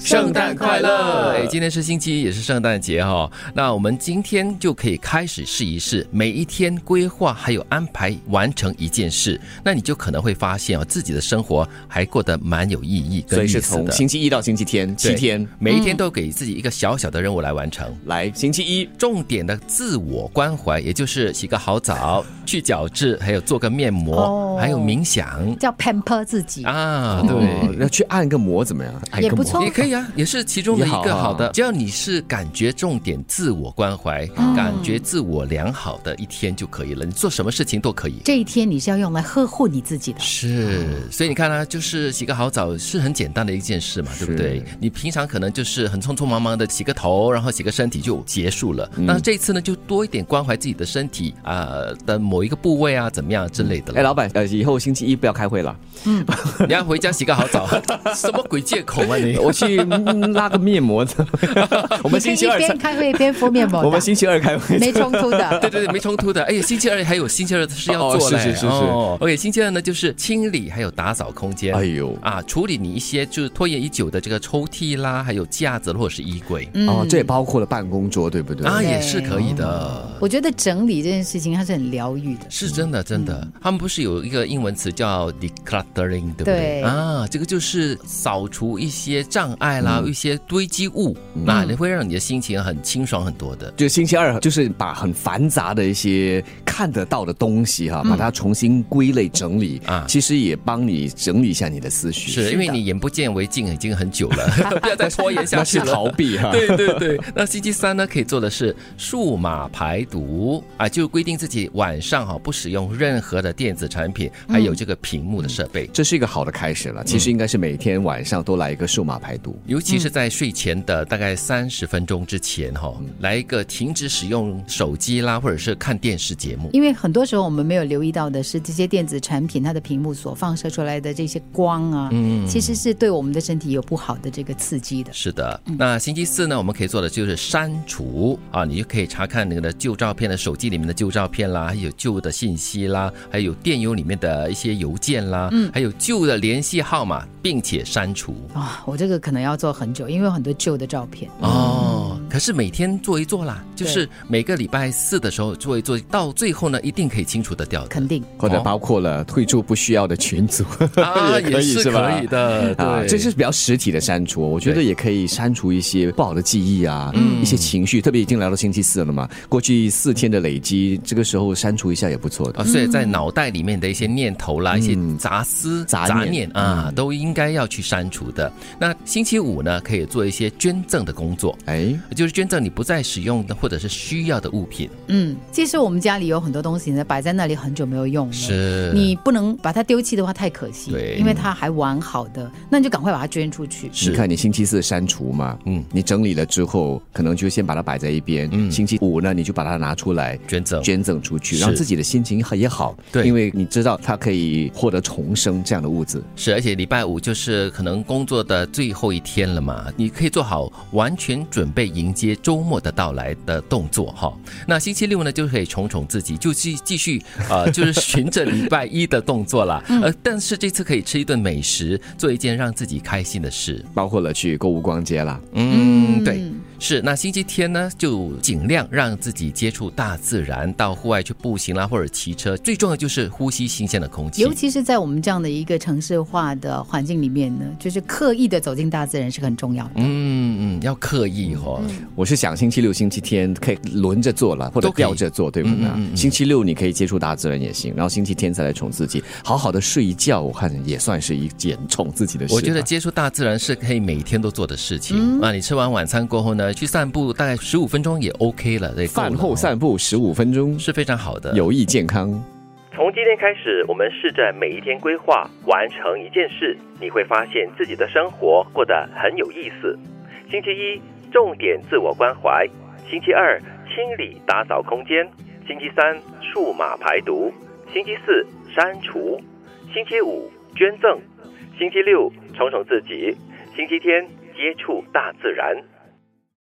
圣诞快乐哎，今天是星期一，也是圣诞节哈、那我们今天就可以开始试一试，每一天规划还有安排完成一件事，那你就可能会发现哦，自己的生活还过得蛮有意义所跟以意是思从的。星期一到星期天，七对天每一天都给自己一个小小的任务来完成。来。星期一，重点的自我关怀，也就是洗个好澡、去角质，还有做个面膜，哦还有冥想叫 pamper 自己。啊，对。哦那去按个摩怎么样？按个也不摩错也可以啊，也是其中的一也个好啊好的。只要你是感觉重点自我关怀，感觉自我良好的一天就可以了。你做什么事情都可以。这一天你是要用来呵护你自己的。是，所以你看啊，就是洗个好澡是很简单的一件事嘛，对不对是？你平常可能就是很匆匆忙忙的洗个头，然后洗个身体就结束了。嗯那这次呢，就多一点关怀自己的身体啊、的某一个部位啊，怎么样之类的了。哎，老板，呃，以后星期一不要开会 了，你要回家洗个好 澡，什么鬼借口啊你？我去嗯拉个面膜 的。 我们你可星以期二一才边，开会一边敷面膜我们的，星期二开会。没冲突 对的。对对，没冲突的。哎呀，星期二还有星期二的事要做哦是嘞。是是是 OK，星期二呢就是清理还有打扫空间。哎呦，啊，处理你一些就是拖延已久的这个抽屉啦，还有架子或者是衣柜、嗯哦，这也包括了办公桌，对不嗯对？啊，对也是可以的。我觉得整理这件事情它是很疗愈的。是真的，真嗯的，他们不是有一个英文词叫 decluttering，对不对？对啊，这个就是扫除一些障碍啦，嗯一些堆积物，那、你会让你的心情很清爽很多的。就星期二，就是把很繁杂的一些看得到的东西嗯哈，把它重新归类整理啊其实也帮你整理一下你的思绪。是因为你眼不见为净已经很久 了，不要再拖延下那去是了。逃避 哈。对对对，那星期三呢，可以做的是数码排毒啊，就规定自己晚上哈、不使用任何的电子产品，还有这个屏幕的设备。这是一个好的开嗯始了。其实应该是每天晚上都来一个数码排毒。尤其是在睡前的大概三十分钟之前哈、来一个停止使用手机啦，或者是看电视节目。因为很多时候我们没有留意到的是，这些电子产品它的屏幕所放射出来的这些光啊，嗯其实是对我们的身体有不好的这个刺激的。是的，那星期四呢，我们可以做的就是删除啊，你就可以查看那个的旧照片的手机里面的旧照片啦，还有旧的信息啦，还有电邮里面的一些邮件啦，嗯，还有旧的联系号码，并且删除。啊、我这个可能要做很久，因为有很多旧的照片。哦，可是每天做一做啦，就是每个礼拜四的时候做一做，到最后呢，一定可以清除得掉的。肯定，或者包括了退出不需要的群组，哦啊，也可也以是是吧可以的，啊，对，这是比较实体的删除，我觉得对嗯也可以删除一些不好的记忆啊，一些情绪，特别已经来到星期四了嘛，过去四天的累积，这个时候删除一下也不错的。啊，所以在脑袋里面的一些念头啦、一些杂思、嗯杂念嗯啊，都应该要去删除的。那星期五呢，可以做一些捐赠的工作，哎，就是捐赠你不再使用的或者是需要的物品。嗯，其实我们家里有很多东西呢，摆在那里很久没有用嗯了。是你不能把它丢弃的话太可惜，对因为它还完好的，那你就赶快把它捐出去。你看你星期四删除嘛，嗯嗯，你整理了之后，可能就先把它摆在一边，星期五呢，你就把它拿出来。捐赠，捐赠出去，是让自己的心情也好，对因为你知道它可以获得重生这样的物质。是，而且礼拜五就是可能工作的最后一天了嘛，你可以做好完全准备迎接周末的到来的动作哈。那星期六呢，就可以宠宠自己，就继继续呃，就是循着礼拜一的动作 啦。嗯呃，但是这次可以吃一顿美食，做一件让自己开心的事。包括了去购物逛街啦，嗯，对，是。那星期天呢，就尽量让自己接触大自然，到户外去步行啦，或者骑车。最重要就是呼吸新鲜的空气尤。其是在我们这样的一个城市化的环境里面呢，就是刻意的走进大自然是很重要的。嗯嗯，要刻意哦。嗯我是想星期六、星期天可以轮着做了，或者都可以嗯吊着做，对不对啊？星期六你可以接触大自然也行，然后星期天再来宠自己，好好的睡一觉，我看也算是一件宠自己的事吧。啊嗯我觉得接触大自然是可以每天都做的事情。啊那、你吃完晚餐过后呢，去散步大概十五分钟也 OK 了，对，够了饭后散步十五分钟是非常好的。有益健康。从今天开始，我们试着每一天规划完成一件事，你会发现自己的生活过得很有意思。星期一重点自我关怀，星期二清理打扫空间，星期三数码排毒，星期四删除，星期五捐赠，星期六宠宠自己，星期天接触大自然，